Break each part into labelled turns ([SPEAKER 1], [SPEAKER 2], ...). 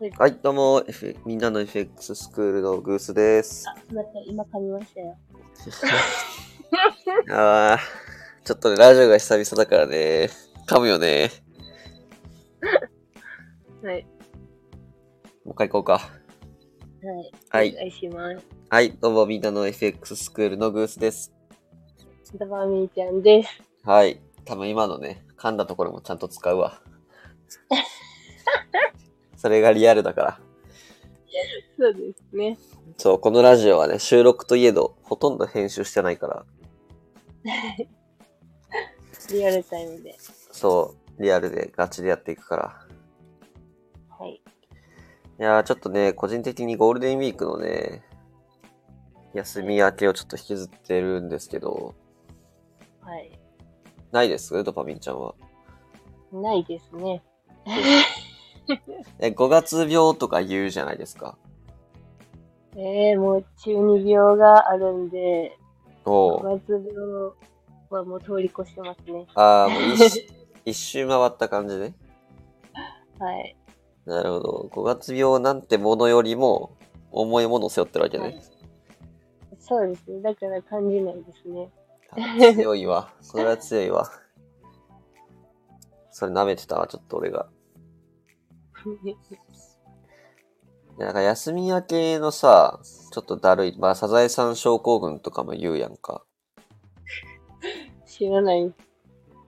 [SPEAKER 1] れた。
[SPEAKER 2] はい、どうも、F、みんなの FX スクールのグース です。
[SPEAKER 1] あ、待って、今噛みましたよ。
[SPEAKER 2] あー、ちょっとね、ラジオが久々だからね、噛むよね。
[SPEAKER 1] はい。
[SPEAKER 2] もう一回行こうか。
[SPEAKER 1] はい。
[SPEAKER 2] はい
[SPEAKER 1] お願いします。
[SPEAKER 2] はい、どうも、みんなの FX スクールのグースです。
[SPEAKER 1] ダバミーちゃんです。
[SPEAKER 2] はい、多分今のね、噛んだところもちゃんと使う わ。それがリアルだから。
[SPEAKER 1] そうですね。
[SPEAKER 2] そう、このラジオはね、収録といえど、ほとんど編集してないから、
[SPEAKER 1] リアルタイムで。
[SPEAKER 2] そう、リアルでガチでやっていくから。
[SPEAKER 1] はい。
[SPEAKER 2] いやー、ちょっとね、個人的にゴールデンウィークのね、休み明けをちょっと引きずってるんですけど、
[SPEAKER 1] はい。
[SPEAKER 2] ないですドパミンちゃんは。
[SPEAKER 1] ないですね。
[SPEAKER 2] え、5月病とか言うじゃないですか。
[SPEAKER 1] えー、もう中二病があるんで、
[SPEAKER 2] おう
[SPEAKER 1] 五月病はもう通り越してますね。
[SPEAKER 2] あー、もう一 一周回った感じね。
[SPEAKER 1] はい。
[SPEAKER 2] なるほど。5月病なんてものよりも、重いものを背負ってるわけ
[SPEAKER 1] は
[SPEAKER 2] ね
[SPEAKER 1] い。そうですね。だから感じないですね。
[SPEAKER 2] あ強いわ。それは強いわ。それ舐めてたわ、ちょっと俺が。いやなんか休み明けのさ、ちょっとだるい。まあ、サザエさん症候群とかも言うやんか。
[SPEAKER 1] 知らない。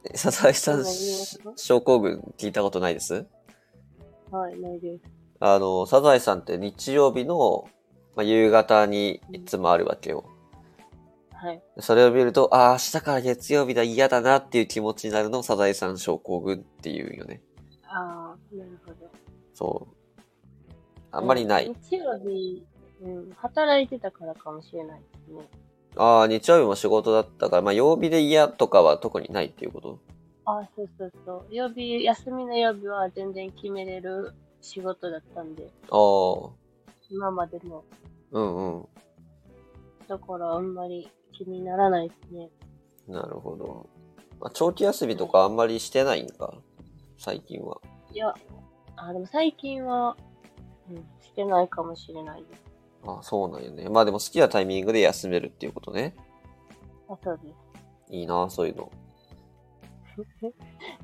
[SPEAKER 2] えサザエさ
[SPEAKER 1] そん
[SPEAKER 2] ん
[SPEAKER 1] なん言いますか
[SPEAKER 2] 症候群聞いたことないです
[SPEAKER 1] はい、ないです。
[SPEAKER 2] あの、サザエさんって日曜日の、まあ、夕方にいつもあるわけよ。
[SPEAKER 1] はい。
[SPEAKER 2] それを見ると、ああ、明日から月曜日だ、嫌だなっていう気持ちになるのをサザエさん症候群っていうよね。
[SPEAKER 1] ああ、なるほど。
[SPEAKER 2] そう。あんまりない。
[SPEAKER 1] 日曜日、うん、働いてたからかもしれないですね。
[SPEAKER 2] ああ、日曜日も仕事だったから、まあ、曜日で嫌とかは特にないっていうこと
[SPEAKER 1] あ、そうそうそう。曜日、休みの曜日は全然決めれる仕事だったんで、
[SPEAKER 2] あ
[SPEAKER 1] 今までの。
[SPEAKER 2] あ、うんうん。
[SPEAKER 1] だからあんまり気にならないですね。
[SPEAKER 2] なるほど。まあ、長期休みとかあんまりしてないんか、最近は。
[SPEAKER 1] いや、あ、でも最近は、うん、してないかもしれないです。
[SPEAKER 2] ああそうなんよね。まあでも好きなタイミングで休めるっていうことね。
[SPEAKER 1] あ、そうで
[SPEAKER 2] いいな、そういうの。
[SPEAKER 1] す。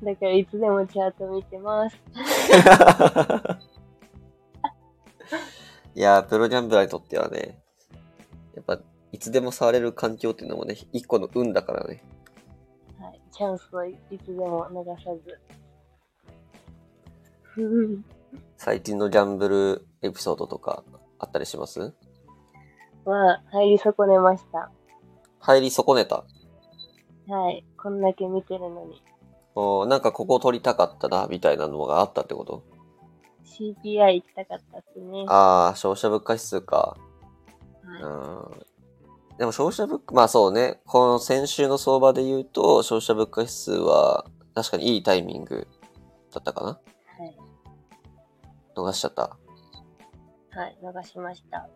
[SPEAKER 1] だからいつでもチャート見てます。
[SPEAKER 2] いやー、プロギャンブラーにとってはね、やっぱ、いつでも触れる環境っていうのもね、一個の運だからね。
[SPEAKER 1] はい。チャンスはいつでも逃さず。うん
[SPEAKER 2] 最近のギャンブルエピソードとかあったりします
[SPEAKER 1] は、入り損ねました。
[SPEAKER 2] 入り損ねた。
[SPEAKER 1] はい。こんだけ見てるのに。
[SPEAKER 2] おーなんかここ取りたかったな、みたいなのがあったってこと
[SPEAKER 1] CPI 行きたかったですね。
[SPEAKER 2] ああ、消費者物価指数か。う
[SPEAKER 1] は
[SPEAKER 2] ん。でも消費者物価、まあそうね、この先週の相場で言うと、消費者物価指数は確かにいいタイミングだったかな逃しちゃった。
[SPEAKER 1] い。はい。逃しました。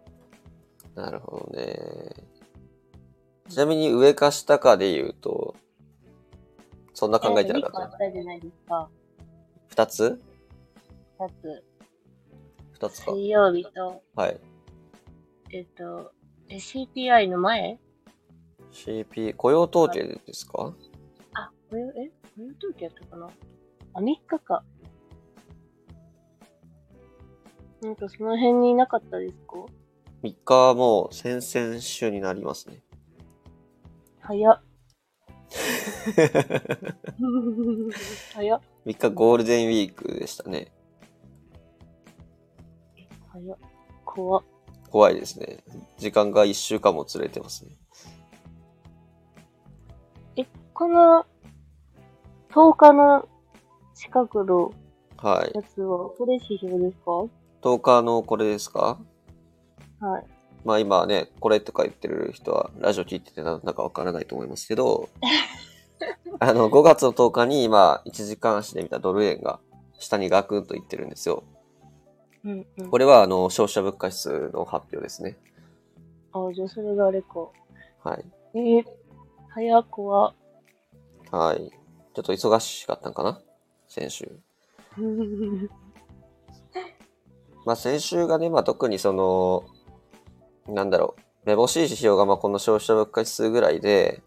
[SPEAKER 2] なるほどね。ちなみに上か下かで言うと、そんな考えてなか
[SPEAKER 1] 2個あ
[SPEAKER 2] っ
[SPEAKER 1] ったじゃないですか。
[SPEAKER 2] た。二つ
[SPEAKER 1] 2つ。
[SPEAKER 2] 二つか。
[SPEAKER 1] 水曜日と、
[SPEAKER 2] はい。
[SPEAKER 1] えっと、え CPI の前
[SPEAKER 2] CP、雇用統計ですか
[SPEAKER 1] あ、これ、えこれの時やったかなあ、3日か。なんかその辺にいなかったですか
[SPEAKER 2] ?3 日はもう先々週になりますね。
[SPEAKER 1] 早っ。早っ。
[SPEAKER 2] 3日ゴールデンウィークでしたね。
[SPEAKER 1] 早っ。怖っ。
[SPEAKER 2] 怖いですね。時間が1週間もずれてますね。
[SPEAKER 1] この、10日の近くの
[SPEAKER 2] はい。
[SPEAKER 1] やつは、これ指標ですか
[SPEAKER 2] 10日のこれですか
[SPEAKER 1] はい。
[SPEAKER 2] まあ今ね、これとか言ってる人はラジオ聞いててなんだかわからないと思いますけど、あの、5月の10日に今、1時間足で見たドル円が下にガクンといってるんですよ。
[SPEAKER 1] うんうん。
[SPEAKER 2] これはあの、消費者物価指数の発表ですね。
[SPEAKER 1] あ、じゃあそれがあれか。
[SPEAKER 2] はい。
[SPEAKER 1] えー、早くは。
[SPEAKER 2] はい。ちょっと忙しかったんかな先週。
[SPEAKER 1] うん
[SPEAKER 2] まあ先週がね、まあ特にその、なんだろう、めぼしい指標がまあこの消費者物価指数ぐらいで、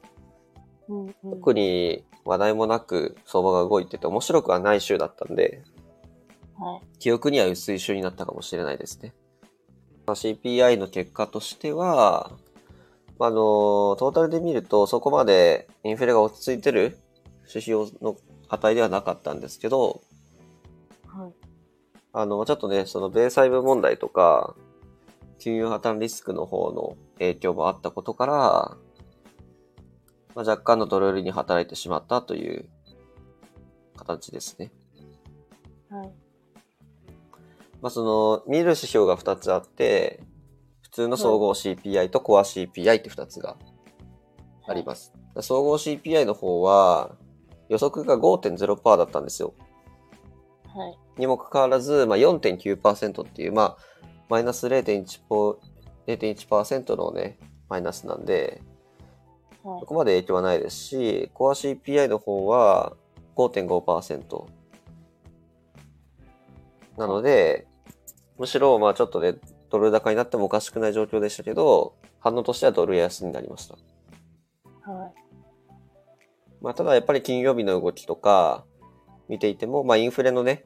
[SPEAKER 1] うんうん、
[SPEAKER 2] 特に話題もなく相場が動いてて面白くはない週だったんで、
[SPEAKER 1] はい。
[SPEAKER 2] 記憶には薄い週になったかもしれないですね。まあ CPI の結果としては、まああの、トータルで見るとそこまでインフレが落ち着いてる指標の値ではなかったんですけど、
[SPEAKER 1] はい。
[SPEAKER 2] あの、ちょっとね、その米債務問題とか、金融破綻リスクの方の影響もあったことから、まあ、若干のドル売りに働いてしまったという形ですね。
[SPEAKER 1] はい。
[SPEAKER 2] まあ、その、見る指標が2つあって、普通の総合 CPI とコア CPI って2つがあります。総合 CPI の方は、予測が5.0%だったんですよ。
[SPEAKER 1] す。はい。
[SPEAKER 2] にもかかわらず、まあ、4.9%っていう、まあ、マイナス0.1ポ0.1%のね、マイナスなんで、
[SPEAKER 1] は
[SPEAKER 2] そ
[SPEAKER 1] い。
[SPEAKER 2] こまで影響はないですし、コア CPI の方は5.5%。なので、むしろ、まあちょっとね、ドル高になってもおかしくない状況でしたけど、反応としてはドル安になりました。
[SPEAKER 1] はい。
[SPEAKER 2] まあ、ただやっぱり金曜日の動きとか見ていても、まあ、インフレのね、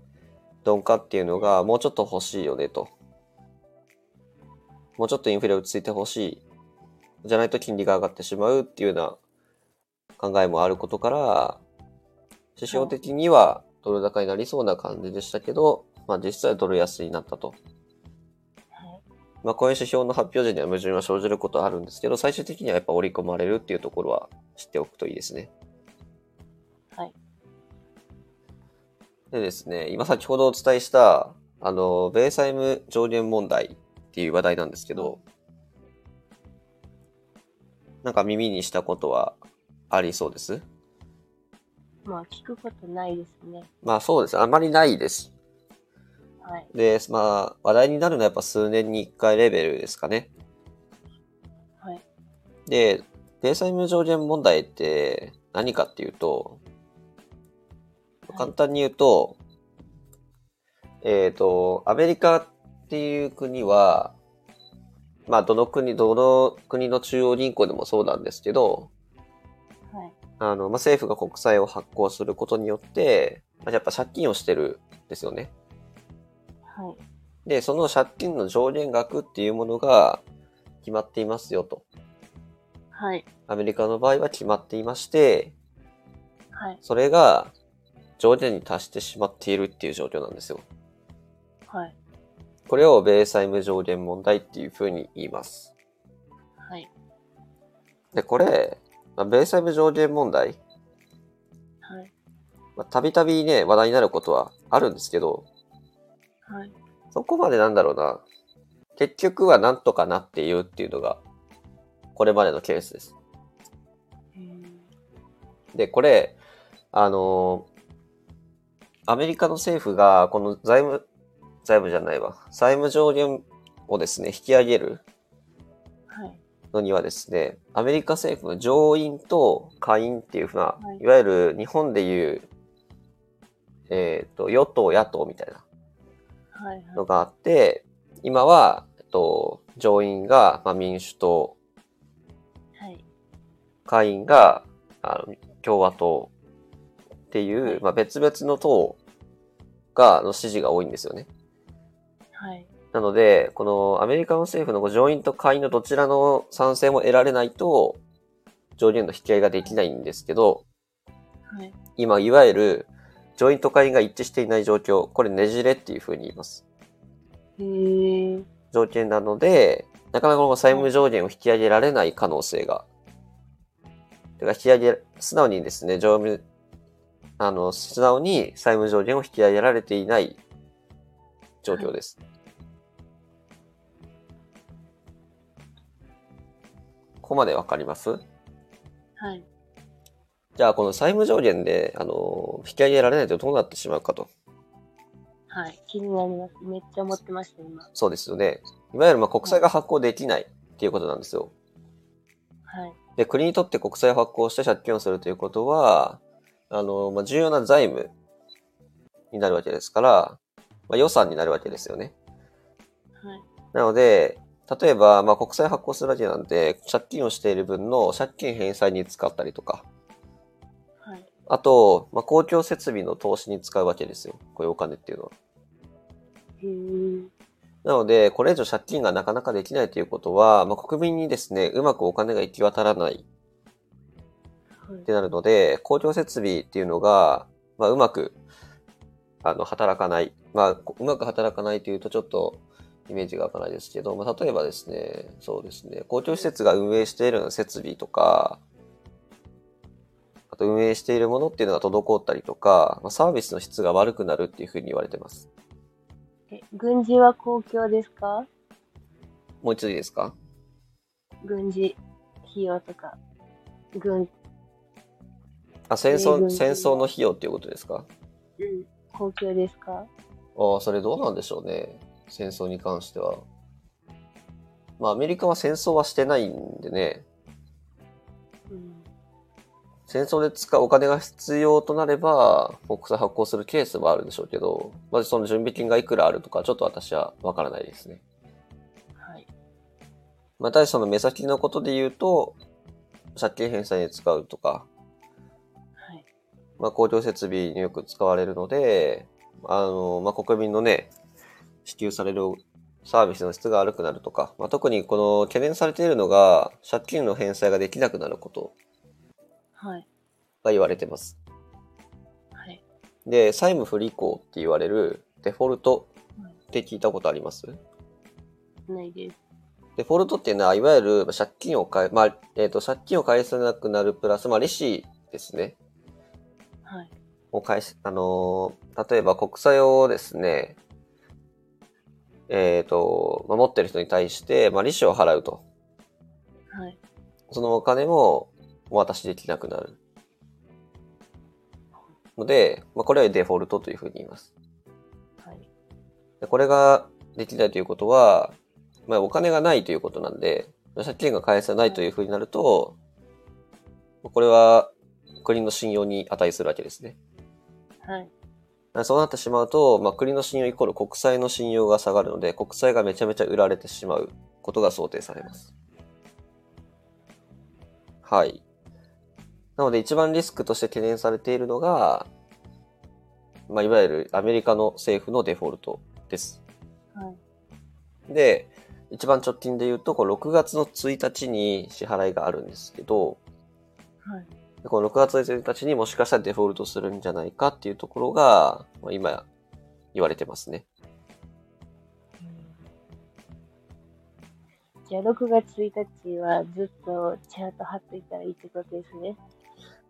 [SPEAKER 2] 鈍化っていうのがもうちょっと欲しいよねと。もうちょっとインフレ落ち着いてほしい。じゃないと金利が上がってしまうっていうような考えもあることから、指標的にはドル高になりそうな感じでしたけど、まあ実際はドル安になったと。
[SPEAKER 1] はい。
[SPEAKER 2] まあこういう指標の発表時には矛盾は生じることはあるんですけど、最終的にはやっぱ織り込まれるっていうところは知っておくといいですね。
[SPEAKER 1] はい。
[SPEAKER 2] でですね、今先ほどお伝えした、あの、米債務上限問題っていう話題なんですけど、なんか耳にしたことはありそうです
[SPEAKER 1] まあ、聞くことないですね。
[SPEAKER 2] まあそうです。あまりないです。
[SPEAKER 1] はい。
[SPEAKER 2] で、まあ話題になるのはやっぱ数年に一回レベルですかね。
[SPEAKER 1] はい。
[SPEAKER 2] で、米債務上限問題って何かっていうと、簡単に言うと、えっ、と、アメリカっていう国は、まあ、どの国、どの国の中央銀行でもそうなんですけど、
[SPEAKER 1] はい。
[SPEAKER 2] あの、まあ、政府が国債を発行することによって、まあ、やっぱ借金をしてるんですよね。
[SPEAKER 1] はい。
[SPEAKER 2] で、その借金の上限額っていうものが決まっていますよと。
[SPEAKER 1] はい。
[SPEAKER 2] アメリカの場合は決まっていまして、
[SPEAKER 1] はい。
[SPEAKER 2] それが上限に達してしまっているっていう状況なんですよ。
[SPEAKER 1] はい。
[SPEAKER 2] これを米債務上限問題っていうふうに言います。
[SPEAKER 1] はい。
[SPEAKER 2] で、これ、まあ、米債務上限問題、
[SPEAKER 1] はい。
[SPEAKER 2] まあたびたびね、話題になることはあるんですけど、
[SPEAKER 1] はい。
[SPEAKER 2] そこまでなんだろうな、結局はなんとかなっているっていうのが、これまでのケースです。
[SPEAKER 1] うーん
[SPEAKER 2] で、これ、あのーアメリカの政府が、この財務、財務じゃないわ、債務上限をですね、引き上げる
[SPEAKER 1] はい。
[SPEAKER 2] のにはですね、アメリカ政府の上院と下院っていうふうな
[SPEAKER 1] は、い
[SPEAKER 2] いわゆる日本でいう、えっ、と、与党、野党みたいな
[SPEAKER 1] はい。
[SPEAKER 2] の
[SPEAKER 1] は
[SPEAKER 2] があって、今は、えっと、上院が、まあ、民主党、
[SPEAKER 1] い。はい。
[SPEAKER 2] 下院が、あの、共和党ってい、
[SPEAKER 1] はいう
[SPEAKER 2] まあ、別々の党が、の支持が多いんですよね。
[SPEAKER 1] はい。
[SPEAKER 2] なので、このアメリカの政府の上院と下院のどちらの賛成も得られないと、上限の引き上げができないんですけど、
[SPEAKER 1] はい。
[SPEAKER 2] 今、いわゆる、上院と下院が一致していない状況、これねじれっていうふうに言います。
[SPEAKER 1] へー。
[SPEAKER 2] 条件なので、なかなかこの債務上限を引き上げられない可能性が。てか、引き上げ、素直にですね、上務、あの、素直に債務上限を引き上げられていない状況です。ここまでわかります
[SPEAKER 1] はい。
[SPEAKER 2] じゃあ、この債務上限で、あの、引き上げられないとどうなってしまうかと。
[SPEAKER 1] はい。気になります。めっちゃ思ってました、今。
[SPEAKER 2] そうですよね。いわゆる、まあ、国債が発行できないっていうことなんですよ。
[SPEAKER 1] はい。
[SPEAKER 2] で、国にとって国債を発行して借金をするということは、あの、まあ、重要な財務になるわけですから、まあ、予算になるわけですよね。
[SPEAKER 1] はい。
[SPEAKER 2] なので、例えば、まあ、国債発行するだけなんで、借金をしている分の借金返済に使ったりとか、
[SPEAKER 1] はい。
[SPEAKER 2] あと、まあ、公共設備の投資に使うわけですよ。こういうお金っていうのは。
[SPEAKER 1] へー
[SPEAKER 2] なので、これ以上借金がなかなかできないということは、まあ、国民にですね、うまくお金が行き渡らない
[SPEAKER 1] はい
[SPEAKER 2] ってなるので、公共設備っていうのが、まあ、うまく、あの、働かない。まあ、こうまく働かないというと、ちょっと、イメージがわかないですけど、まあ、例えばですね、そうですね、公共施設が運営しているような設備とか、あと運営しているものっていうのが滞ったりとか、まあ、サービスの質が悪くなるっていうふうに言われてます。
[SPEAKER 1] え、軍事は公共ですか
[SPEAKER 2] もう一度いいですか
[SPEAKER 1] 軍事費用とか。軍、
[SPEAKER 2] あ、戦
[SPEAKER 1] えー
[SPEAKER 2] 争、
[SPEAKER 1] 軍事
[SPEAKER 2] 戦争の費用っていうことですか
[SPEAKER 1] うん、公共ですか
[SPEAKER 2] ああ、それどうなんでしょうね。戦争に関しては。まあ、アメリカは戦争はしてないんでね、
[SPEAKER 1] うん。
[SPEAKER 2] 戦争で使うお金が必要となれば、国債発行するケースはあるんでしょうけど、まずその準備金がいくらあるとか、ちょっと私はわからないですね。
[SPEAKER 1] はい。
[SPEAKER 2] また、その目先のことで言うと、借金返済に使うとか、
[SPEAKER 1] はい。
[SPEAKER 2] まあ、公共設備によく使われるので、あの、まあ、国民のね、支給されるサービスの質が悪くなるとか、まあ、特にこの懸念されているのが、借金の返済ができなくなること
[SPEAKER 1] はい。
[SPEAKER 2] が言われてます。
[SPEAKER 1] はい。
[SPEAKER 2] で、債務不履行って言われるデフォルトって聞いたことあります
[SPEAKER 1] ないです。
[SPEAKER 2] デフォルトっていうのは、いわゆるまあ借金を返、まあ、えっ、と、借金を返せなくなるプラス、まあ、利子ですね。
[SPEAKER 1] はい。
[SPEAKER 2] を返し、あのー例えば国債をですね、えっ、と、まあ持ってる人に対して、まあ、利子を払うと。
[SPEAKER 1] はい。
[SPEAKER 2] そのお金もお渡しできなくなる。ので、まあ、これはデフォルトというふうに言います。
[SPEAKER 1] はい。
[SPEAKER 2] でこれができないということは、まあ、お金がないということなんで、借金が返せないというふうになると、これは国の信用に値するわけですね。
[SPEAKER 1] はい。
[SPEAKER 2] そうなってしまうと、まあ、国の信用イコール国債の信用が下がるので、国債がめちゃめちゃ売られてしまうことが想定されます。はい。なので一番リスクとして懸念されているのが、まあ、いわゆるアメリカの政府のデフォルトです。
[SPEAKER 1] はい。
[SPEAKER 2] で、一番直近で言うと、こう6月の1日に支払いがあるんですけど、
[SPEAKER 1] はい。
[SPEAKER 2] でこの6月1日にもしかしたらデフォルトするんじゃないかっていうところが、まあ今言われてますね。
[SPEAKER 1] じゃあ、6月1日はずっとチャート貼っていたらいいってことですね。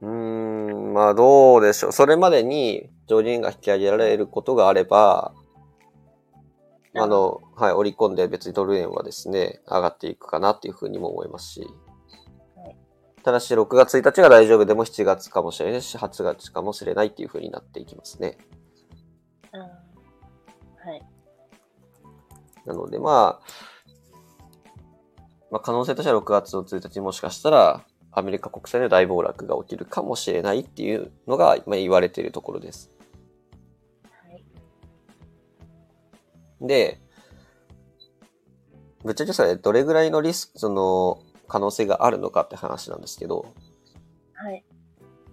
[SPEAKER 2] うーん、まあどうでしょう。それまでに上限が引き上げられることがあれば、あの、はい、織り込んで別にドル円はですね、上がっていくかなっていうふうにも思いますし
[SPEAKER 1] はい。
[SPEAKER 2] ただし、6月1日が大丈夫でも7月かもしれないし、8月かもしれないっていうふうになっていきますね。
[SPEAKER 1] うん。はい。
[SPEAKER 2] なので、まあ、まあ、可能性としては6月の1日にもしかしたら、アメリカ国債の大暴落が起きるかもしれないっていうのが、まあ、言われているところです。
[SPEAKER 1] はい。
[SPEAKER 2] で、ぶっちゃけそれ、どれぐらいのリスク、その、可能性があるのかって話なんですけど、
[SPEAKER 1] はい。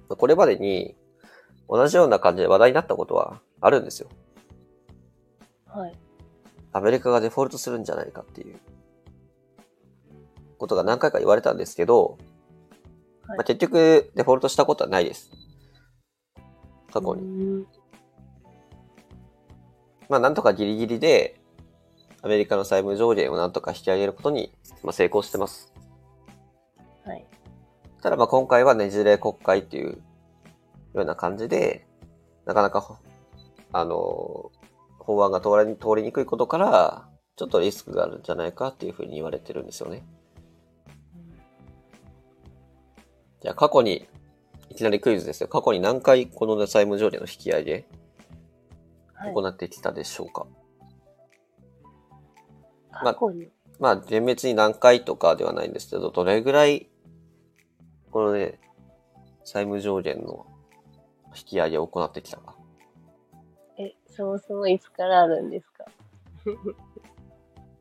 [SPEAKER 2] これまでに、同じような感じで話題になったことはあるんですよ。
[SPEAKER 1] はい。
[SPEAKER 2] アメリカがデフォルトするんじゃないかっていう、ことが何回か言われたんですけど、
[SPEAKER 1] はい
[SPEAKER 2] まあ、結局、デフォルトしたことはないです。過去に。
[SPEAKER 1] に。
[SPEAKER 2] まあ、なんとかギリギリで、アメリカの債務上限をなんとか引き上げることに、まあ、成功してます。
[SPEAKER 1] はい。
[SPEAKER 2] ただ、まあ、今回はねじれ国会っていうような感じで、なかなかほ、あの、法案が通らに通りにくいことから、ちょっとリスクがあるんじゃないかっていうふうに言われてるんですよね。じゃあ過去に、いきなりクイズですよ。過去に何回この債務上限の引き上げ
[SPEAKER 1] はい。
[SPEAKER 2] 行ってきたでしょうか、あ
[SPEAKER 1] 過去に。
[SPEAKER 2] まあ、厳密に何回とかではないんですけど、どれぐらい、このね、債務上限の引き上げを行ってきたか。
[SPEAKER 1] え、そもそもいつからあるんですか
[SPEAKER 2] い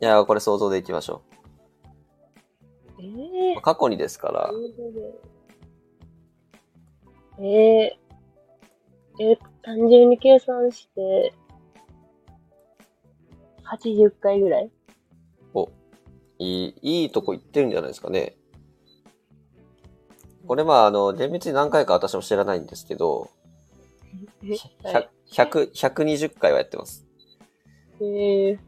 [SPEAKER 2] や、これ想像でいきましょ
[SPEAKER 1] え
[SPEAKER 2] う。過去にですから、
[SPEAKER 1] えー、えー、えー、単純に計算して、80回ぐらい
[SPEAKER 2] お、いい、いいとこ行ってるんじゃないですかね。これまあ、あの、厳密に何回か私も知らないんですけど、
[SPEAKER 1] はい
[SPEAKER 2] 100 100 120回はやってます。
[SPEAKER 1] えー、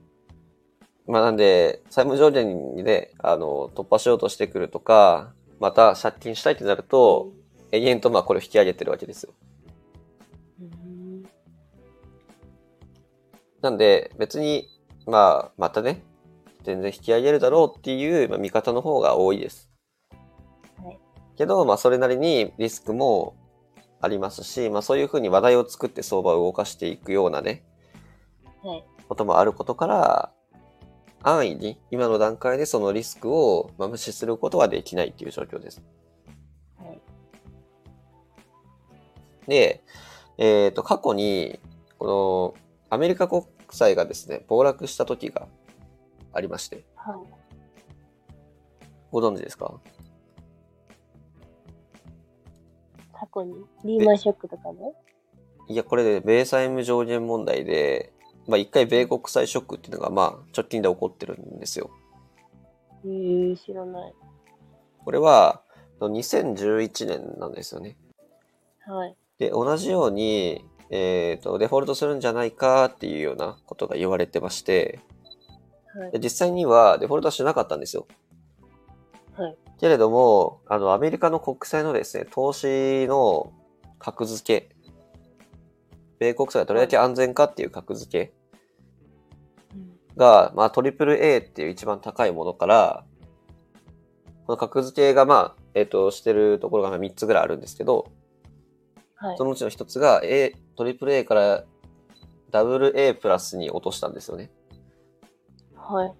[SPEAKER 2] まあなんで、債務上限にね、あの、突破しようとしてくるとか、また借金したいってなると、永遠とまあこれを引き上げてるわけですよ。
[SPEAKER 1] うん
[SPEAKER 2] なんで、別に、まあ、またね、全然引き上げるだろうっていう、まあ、見方の方が多いです。
[SPEAKER 1] はい
[SPEAKER 2] けど、まあ、それなりにリスクもありますし、まあ、そういうふうに話題を作って相場を動かしていくようなね、
[SPEAKER 1] はい
[SPEAKER 2] こともあることから、安易に、今の段階でそのリスクを、まあ、無視することはできないっていう状況です。
[SPEAKER 1] はい
[SPEAKER 2] で、えっ、と、過去に、この、アメリカ国債がですね、暴落した時がありまして、
[SPEAKER 1] はい
[SPEAKER 2] ご存知ですか
[SPEAKER 1] 過去にリーマンショックとかね。
[SPEAKER 2] いや、これで、米債務上限問題で、まあ一回米国債ショックっていうのが、まあ直近で起こってるんですよ。
[SPEAKER 1] えー、知らない。
[SPEAKER 2] これは、2011年なんですよね。
[SPEAKER 1] はい。
[SPEAKER 2] で、同じように、えっ、と、デフォルトするんじゃないかっていうようなことが言われてまして、
[SPEAKER 1] はい
[SPEAKER 2] で。実際にはデフォルトはしなかったんですよ。
[SPEAKER 1] はい。
[SPEAKER 2] けれども、あの、アメリカの国債のですね、投資の格付け、米国債がどれだけ安全かっていう格付け
[SPEAKER 1] うん
[SPEAKER 2] が、まあ、トリプル A っていう一番高いものから、この格付けが、まあ、えっ、と、してるところがまあ3つぐらいあるんですけど、
[SPEAKER 1] はい
[SPEAKER 2] そ。のうちの1つが A、トリプル A から AA プラスに落としたんですよね。
[SPEAKER 1] はい。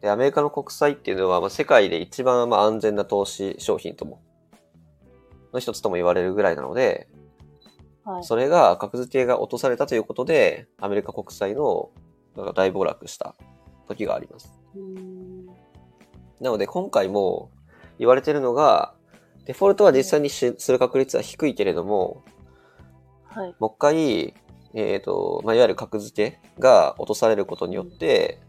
[SPEAKER 2] で、アメリカの国債っていうのは、まあ、世界で一番まあ安全な投資商品とも、の一つとも言われるぐらいなので、
[SPEAKER 1] はい。
[SPEAKER 2] それが格付けが落とされたということで、アメリカ国債のなんか大暴落した時があります。
[SPEAKER 1] うーん
[SPEAKER 2] なので今回も言われてるのが、デフォルトは実際にしする確率は低いけれども、
[SPEAKER 1] はい。
[SPEAKER 2] もう一回、えっ、と、まあ、いわゆる格付けが落とされることによって、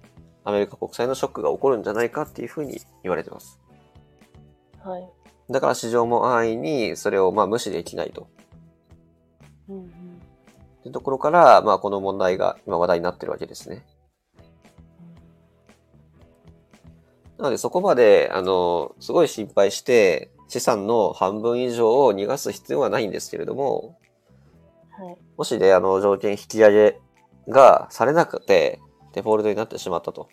[SPEAKER 2] アメリカ国債のショックが起こるんじゃないかっていうふうに言われてます。
[SPEAKER 1] はい。
[SPEAKER 2] だから市場も安易にそれをまあ無視できないと。
[SPEAKER 1] うんうん
[SPEAKER 2] というところから、まあこの問題が今話題になってるわけですね。なのでそこまで、あの、すごい心配して、資産の半分以上を逃がす必要はないんですけれども、
[SPEAKER 1] はい。
[SPEAKER 2] もしね、あの、条件引き上げがされなくて、デフォルトになってしまったと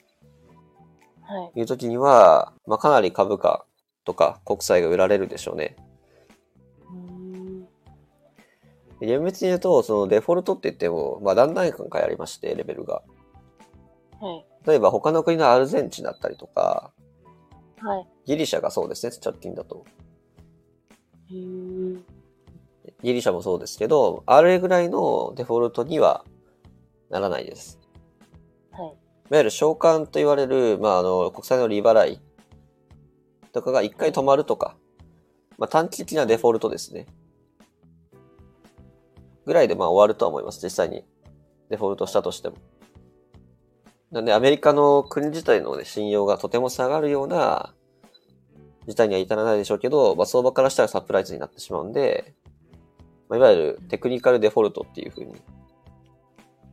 [SPEAKER 1] はい。
[SPEAKER 2] いう時には、まあかなり株価とか国債が売られるでしょうね。
[SPEAKER 1] うーん
[SPEAKER 2] 厳密に言うと、そのデフォルトって言っても、まあ段々階ありまして、レベルが。
[SPEAKER 1] はい。
[SPEAKER 2] 例えば他の国のアルゼンチンだったりとか、
[SPEAKER 1] はい。
[SPEAKER 2] ギリシャがそうですね、直近だと。
[SPEAKER 1] うーん
[SPEAKER 2] ギリシャもそうですけど、あれぐらいのデフォルトにはならないです。
[SPEAKER 1] はい。
[SPEAKER 2] いわゆる償還と言われる、まあ、あの、国債の利払いとかが一回止まるとか、まあ、短期的なデフォルトですね。ぐらいで、まあ、終わるとは思います、実際に。デフォルトしたとしても。なんで、アメリカの国自体の、ね、信用がとても下がるような事態には至らないでしょうけど、まあ、相場からしたらサプライズになってしまうんで、まあ、いわゆるテクニカルデフォルトっていうふうに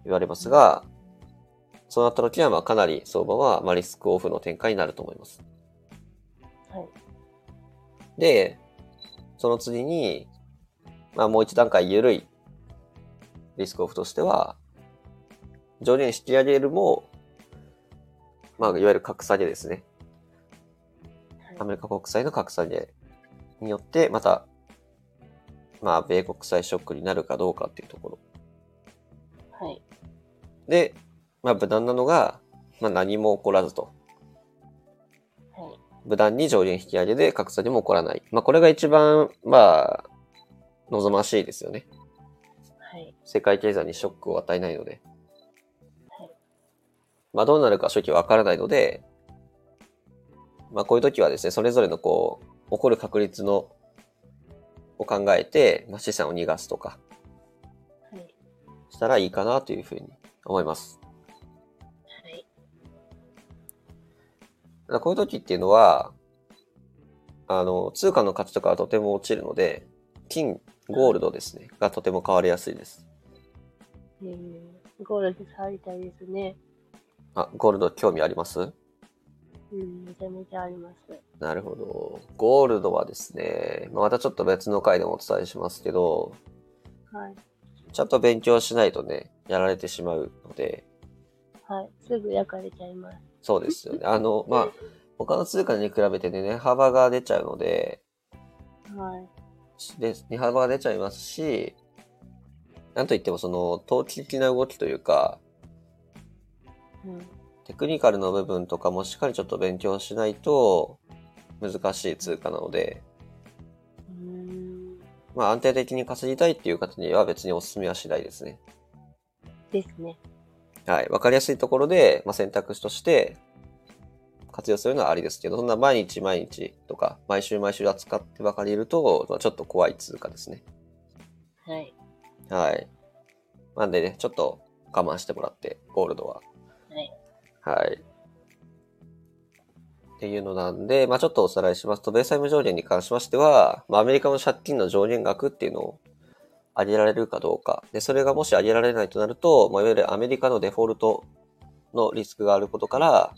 [SPEAKER 2] 言われますが、そうなった時は、まあ、かなり相場は、まあ、リスクオフの展開になると思います。
[SPEAKER 1] はい。
[SPEAKER 2] で、その次に、まあ、もう一段階緩いリスクオフとしては、上限引き上げるも、まあ、いわゆる格下げですね。アメリカ国債の格下げによって、また、まあ、米国債ショックになるかどうかっていうところ。
[SPEAKER 1] はい。
[SPEAKER 2] で、まあ、無難なのが、まあ、何も起こらずと。
[SPEAKER 1] はい。
[SPEAKER 2] 無断に上限引き上げで格差にも起こらない。まあ、これが一番、まあ、望ましいですよね。
[SPEAKER 1] はい。
[SPEAKER 2] 世界経済にショックを与えないので。まあ、どうなるか正直わからないので、まあ、こういう時はですね、それぞれのこう、起こる確率の、を考えて、まあ、資産を逃がすとか、
[SPEAKER 1] はい。はい。
[SPEAKER 2] したらいいかなというふうに思います。ただこういう時っていうのは、あの、通貨の価値とかはとても落ちるので、金、ゴールドですね、がとても変わりやすいです。
[SPEAKER 1] えー、ゴールド触りたいですね。
[SPEAKER 2] あ、ゴールド興味あります
[SPEAKER 1] うん、めちゃめちゃあります。
[SPEAKER 2] なるほど。ゴールドはですね、まあまたちょっと別の回でもお伝えしますけど、
[SPEAKER 1] はい。
[SPEAKER 2] ちゃんと勉強しないとね、やられてしまうので、
[SPEAKER 1] はい。すぐ焼かれちゃいます。
[SPEAKER 2] そうですよね。あの、まあ、他の通貨に比べてね、値幅が出ちゃうので、
[SPEAKER 1] はい。
[SPEAKER 2] で値幅が出ちゃいますし、なんといってもその、投機的な動きというか、
[SPEAKER 1] うん。
[SPEAKER 2] テクニカルの部分とかもしっかりちょっと勉強しないと、難しい通貨なので、
[SPEAKER 1] うーん。
[SPEAKER 2] まあ安定的に稼ぎたいっていう方には別にお勧めはしないですね。
[SPEAKER 1] ですね。
[SPEAKER 2] はい。わかりやすいところで、まあ、選択肢として活用するのはありですけど、そんな毎日毎日とか、毎週毎週扱ってばかりいると、まあちょっと怖い通貨ですね。
[SPEAKER 1] はい。
[SPEAKER 2] はい。なんでね、ちょっと我慢してもらって、ゴールドは。はい。っていうのなんで、まあちょっとおさらいしますと、米債務上限に関しましては、まあアメリカの借金の上限額っていうのを上げられるかどうか。で、それがもし上げられないとなると、まあいわゆるアメリカのデフォルトのリスクがあることから、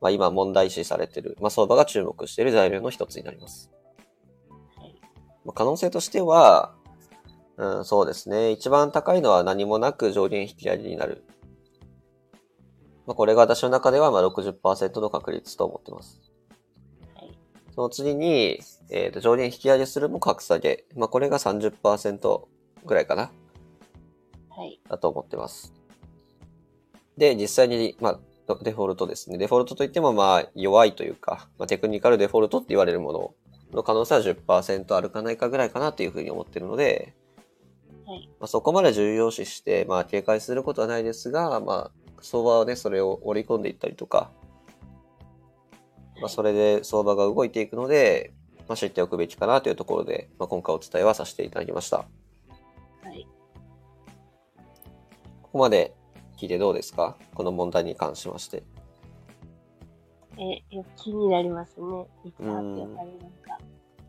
[SPEAKER 2] まあ今問題視されてる、まあ相場が注目している材料の一つになります。
[SPEAKER 1] はい。
[SPEAKER 2] まあ可能性としては、うん、そうですね。一番高いのは何もなく上限引き上げになる。まあ、これが私の中ではまあ60%の確率と思ってます。
[SPEAKER 1] はい。
[SPEAKER 2] その次に、えー、と上限引き上げするも格下げ。まあ、これが30%ぐらいかな。
[SPEAKER 1] はい。
[SPEAKER 2] だと思ってます。で、実際に、まあ、デフォルトですね。デフォルトといっても、まあ、弱いというか、まあ、テクニカルデフォルトって言われるものの可能性は10%あるかないかぐらいかなというふうに思ってるので、
[SPEAKER 1] はい
[SPEAKER 2] まあ、そこまで重要視して、まあ、警戒することはないですが、まあ、相場はね、それを織り込んでいったりとか、まあ、それで相場が動いていくので、まあ、知っておくべきかなというところで、まあ、今回お伝えはさせていただきました。
[SPEAKER 1] はい。
[SPEAKER 2] ここまで聞いてどうですかこの問題に関しまして。
[SPEAKER 1] え、え気になりますね。いつ発表されるのか。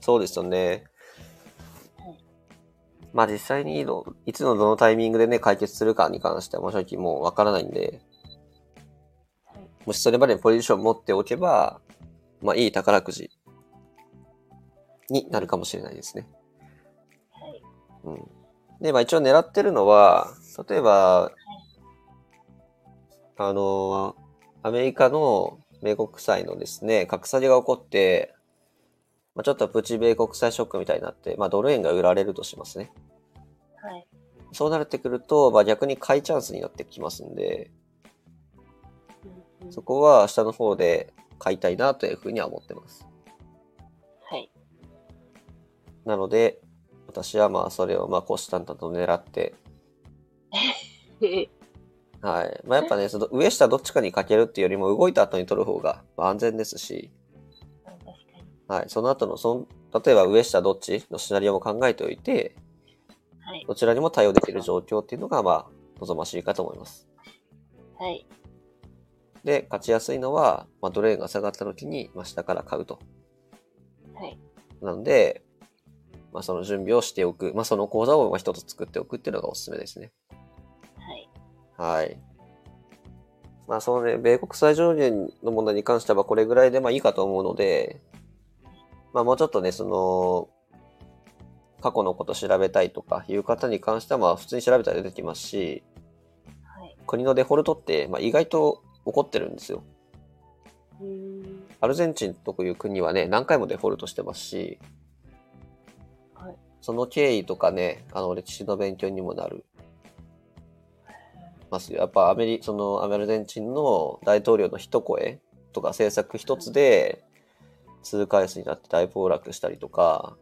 [SPEAKER 2] そうですよね
[SPEAKER 1] はい。
[SPEAKER 2] まあ実際にどいつのどのタイミングでね、解決するかに関しては、もう正直もうわからないんで、
[SPEAKER 1] はい。
[SPEAKER 2] もしそれまでにポジション持っておけば、まあいい宝くじになるかもしれないですね。
[SPEAKER 1] はい。
[SPEAKER 2] うん。で、まあ一応狙ってるのは、例えば、あの、アメリカの米国債のですね、格下げが起こって、まあ、ちょっとプチ米国債ショックみたいになって、まあドル円が売られるとしますね。
[SPEAKER 1] はい。
[SPEAKER 2] そうなってくると、まあ逆に買いチャンスになってきますんで、
[SPEAKER 1] うんうん
[SPEAKER 2] そこは下の方で買いたいなというふうには思ってます。
[SPEAKER 1] はい。
[SPEAKER 2] なので、私はまあそれをまあ虎視眈々と狙って、
[SPEAKER 1] え
[SPEAKER 2] はい。まあ、やっぱね、その上下どっちかにかけるっていうよりも動いた後に取る方がまあ安全ですし、
[SPEAKER 1] 確かに。
[SPEAKER 2] はい。その後の、その、例えば上下どっちのシナリオも考えておいて、
[SPEAKER 1] はい。
[SPEAKER 2] どちらにも対応できる状況っていうのが、まあ、望ましいかと思います。
[SPEAKER 1] はい。
[SPEAKER 2] で、勝ちやすいのは、まあ、ドレーンが下がった時に、まあ、下から買うと。
[SPEAKER 1] はい。
[SPEAKER 2] なので、まあ、その準備をしておく。まあ、その講座をまあ一つ作っておくっていうのがおすすめですね。
[SPEAKER 1] はい。
[SPEAKER 2] はい。まあ、そのね、米国債上限の問題に関しては、これぐらいでまあいいかと思うので、まあ、もうちょっとね、その、過去のこと調べたいとかいう方に関しては、まあ、普通に調べたら出てきますし、
[SPEAKER 1] はい。
[SPEAKER 2] 国のデフォルトって、まあ、意外と起こってるんですよ。
[SPEAKER 1] うーん。
[SPEAKER 2] アルゼンチンという国はね、何回もデフォルトしてますし、
[SPEAKER 1] はい。
[SPEAKER 2] その経緯とかね、あの、歴史の勉強にもなる。ますよ。やっぱアメリ、そのアルゼンチンの大統領の一声とか政策一つで、通貨安になって大暴落したりとか、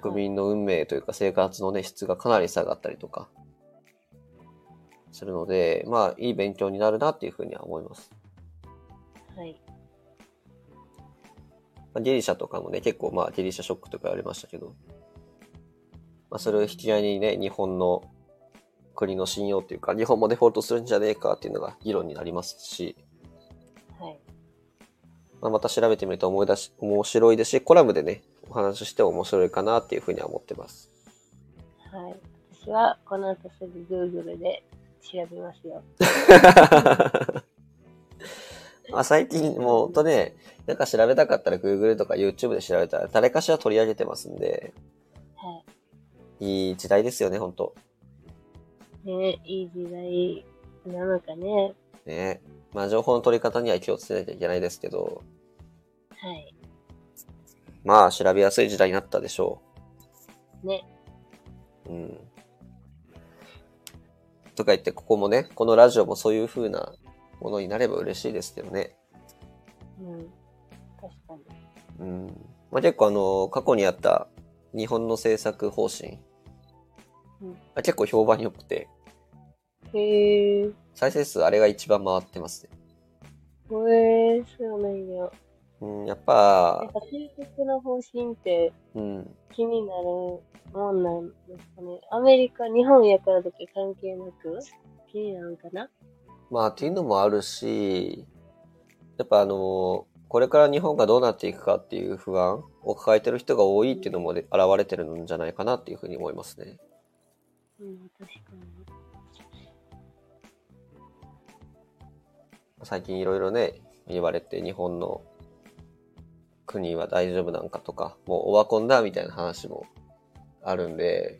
[SPEAKER 2] 国民の運命というか生活のね、質がかなり下がったりとか、するので、まあ、いい勉強になるなっていうふうには思います。
[SPEAKER 1] はい。
[SPEAKER 2] まあ、ギリシャとかもね、結構まあ、ギリシャショックとかありましたけど、まあ、それを引き合いにね、日本の国の信用っていうか、日本もデフォルトするんじゃねえかっていうのが議論になりますし、
[SPEAKER 1] はい。
[SPEAKER 2] まあ、また調べてみると思い出し、面白いですし、コラムでね、お話ししても面白いかなっていうふうには思ってます。
[SPEAKER 1] はい。私は、この後すぐ Google で調べますよ。
[SPEAKER 2] まあ最近もうほんとね、なんか調べたかったら Google とか YouTube で調べたら誰かしら取り上げてますんで、
[SPEAKER 1] はい
[SPEAKER 2] い時代ですよね、ほんと。
[SPEAKER 1] い。ねいい時代なのかね。
[SPEAKER 2] ね。まあ情報の取り方には気をつけなきゃいけないですけど、
[SPEAKER 1] はい。
[SPEAKER 2] まあ調べやすい時代になったでしょ
[SPEAKER 1] ね。
[SPEAKER 2] う。うん。とか言って、ここもね、このラジオもそういう風なものになれば嬉しいですけどね。
[SPEAKER 1] うん。確かに。
[SPEAKER 2] うんまあ、結構あの過去にあった日本の政策方針、
[SPEAKER 1] うん
[SPEAKER 2] あ結構評判良くて
[SPEAKER 1] へえ。
[SPEAKER 2] 再生数あれが一番回ってますね、
[SPEAKER 1] これ、そうなんよ。
[SPEAKER 2] うん、やっ
[SPEAKER 1] なん
[SPEAKER 2] ぱ、
[SPEAKER 1] か、政策の方針って
[SPEAKER 2] うん、
[SPEAKER 1] 気になるもんなんですかね。アメリカ、日本やからだけ関係なく気になるんかな
[SPEAKER 2] まあっていうのもあるしやっぱあのこれから日本がどうなっていくかっていう不安を抱えてる人が多いっていうのもで現れてるんじゃないかなっていうふうに思いますね。
[SPEAKER 1] うん、確かに。
[SPEAKER 2] 最近いろいろね言われて日本の国は大丈夫なんかとかもうオワコンだみたいな話もあるんで、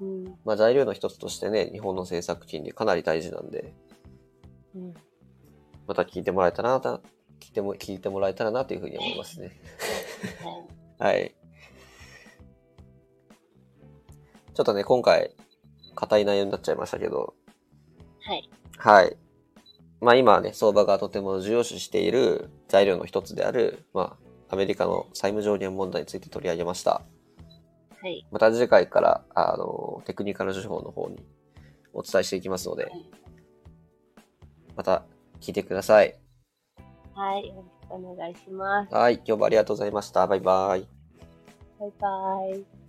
[SPEAKER 1] うん、
[SPEAKER 2] まあ、材料の一つとしてね日本の政策金利かなり大事なんで
[SPEAKER 1] うん。
[SPEAKER 2] また聞いてもらえたらな聞いても聞いてもらえたらなというふうに思いますね
[SPEAKER 1] はい。
[SPEAKER 2] はいちょっとね今回硬い内容になっちゃいましたけど
[SPEAKER 1] はい。
[SPEAKER 2] はい。まあ今はね、相場がとても重要視している材料の一つである、まあ、アメリカの債務上限問題について取り上げました。
[SPEAKER 1] はい。
[SPEAKER 2] また次回から、あの、テクニカル手法の方にお伝えしていきますので、また聞いてください。
[SPEAKER 1] はい。よろしくお願いします。
[SPEAKER 2] はい、今日もありがとうございました。バイバイ。
[SPEAKER 1] バイバイ。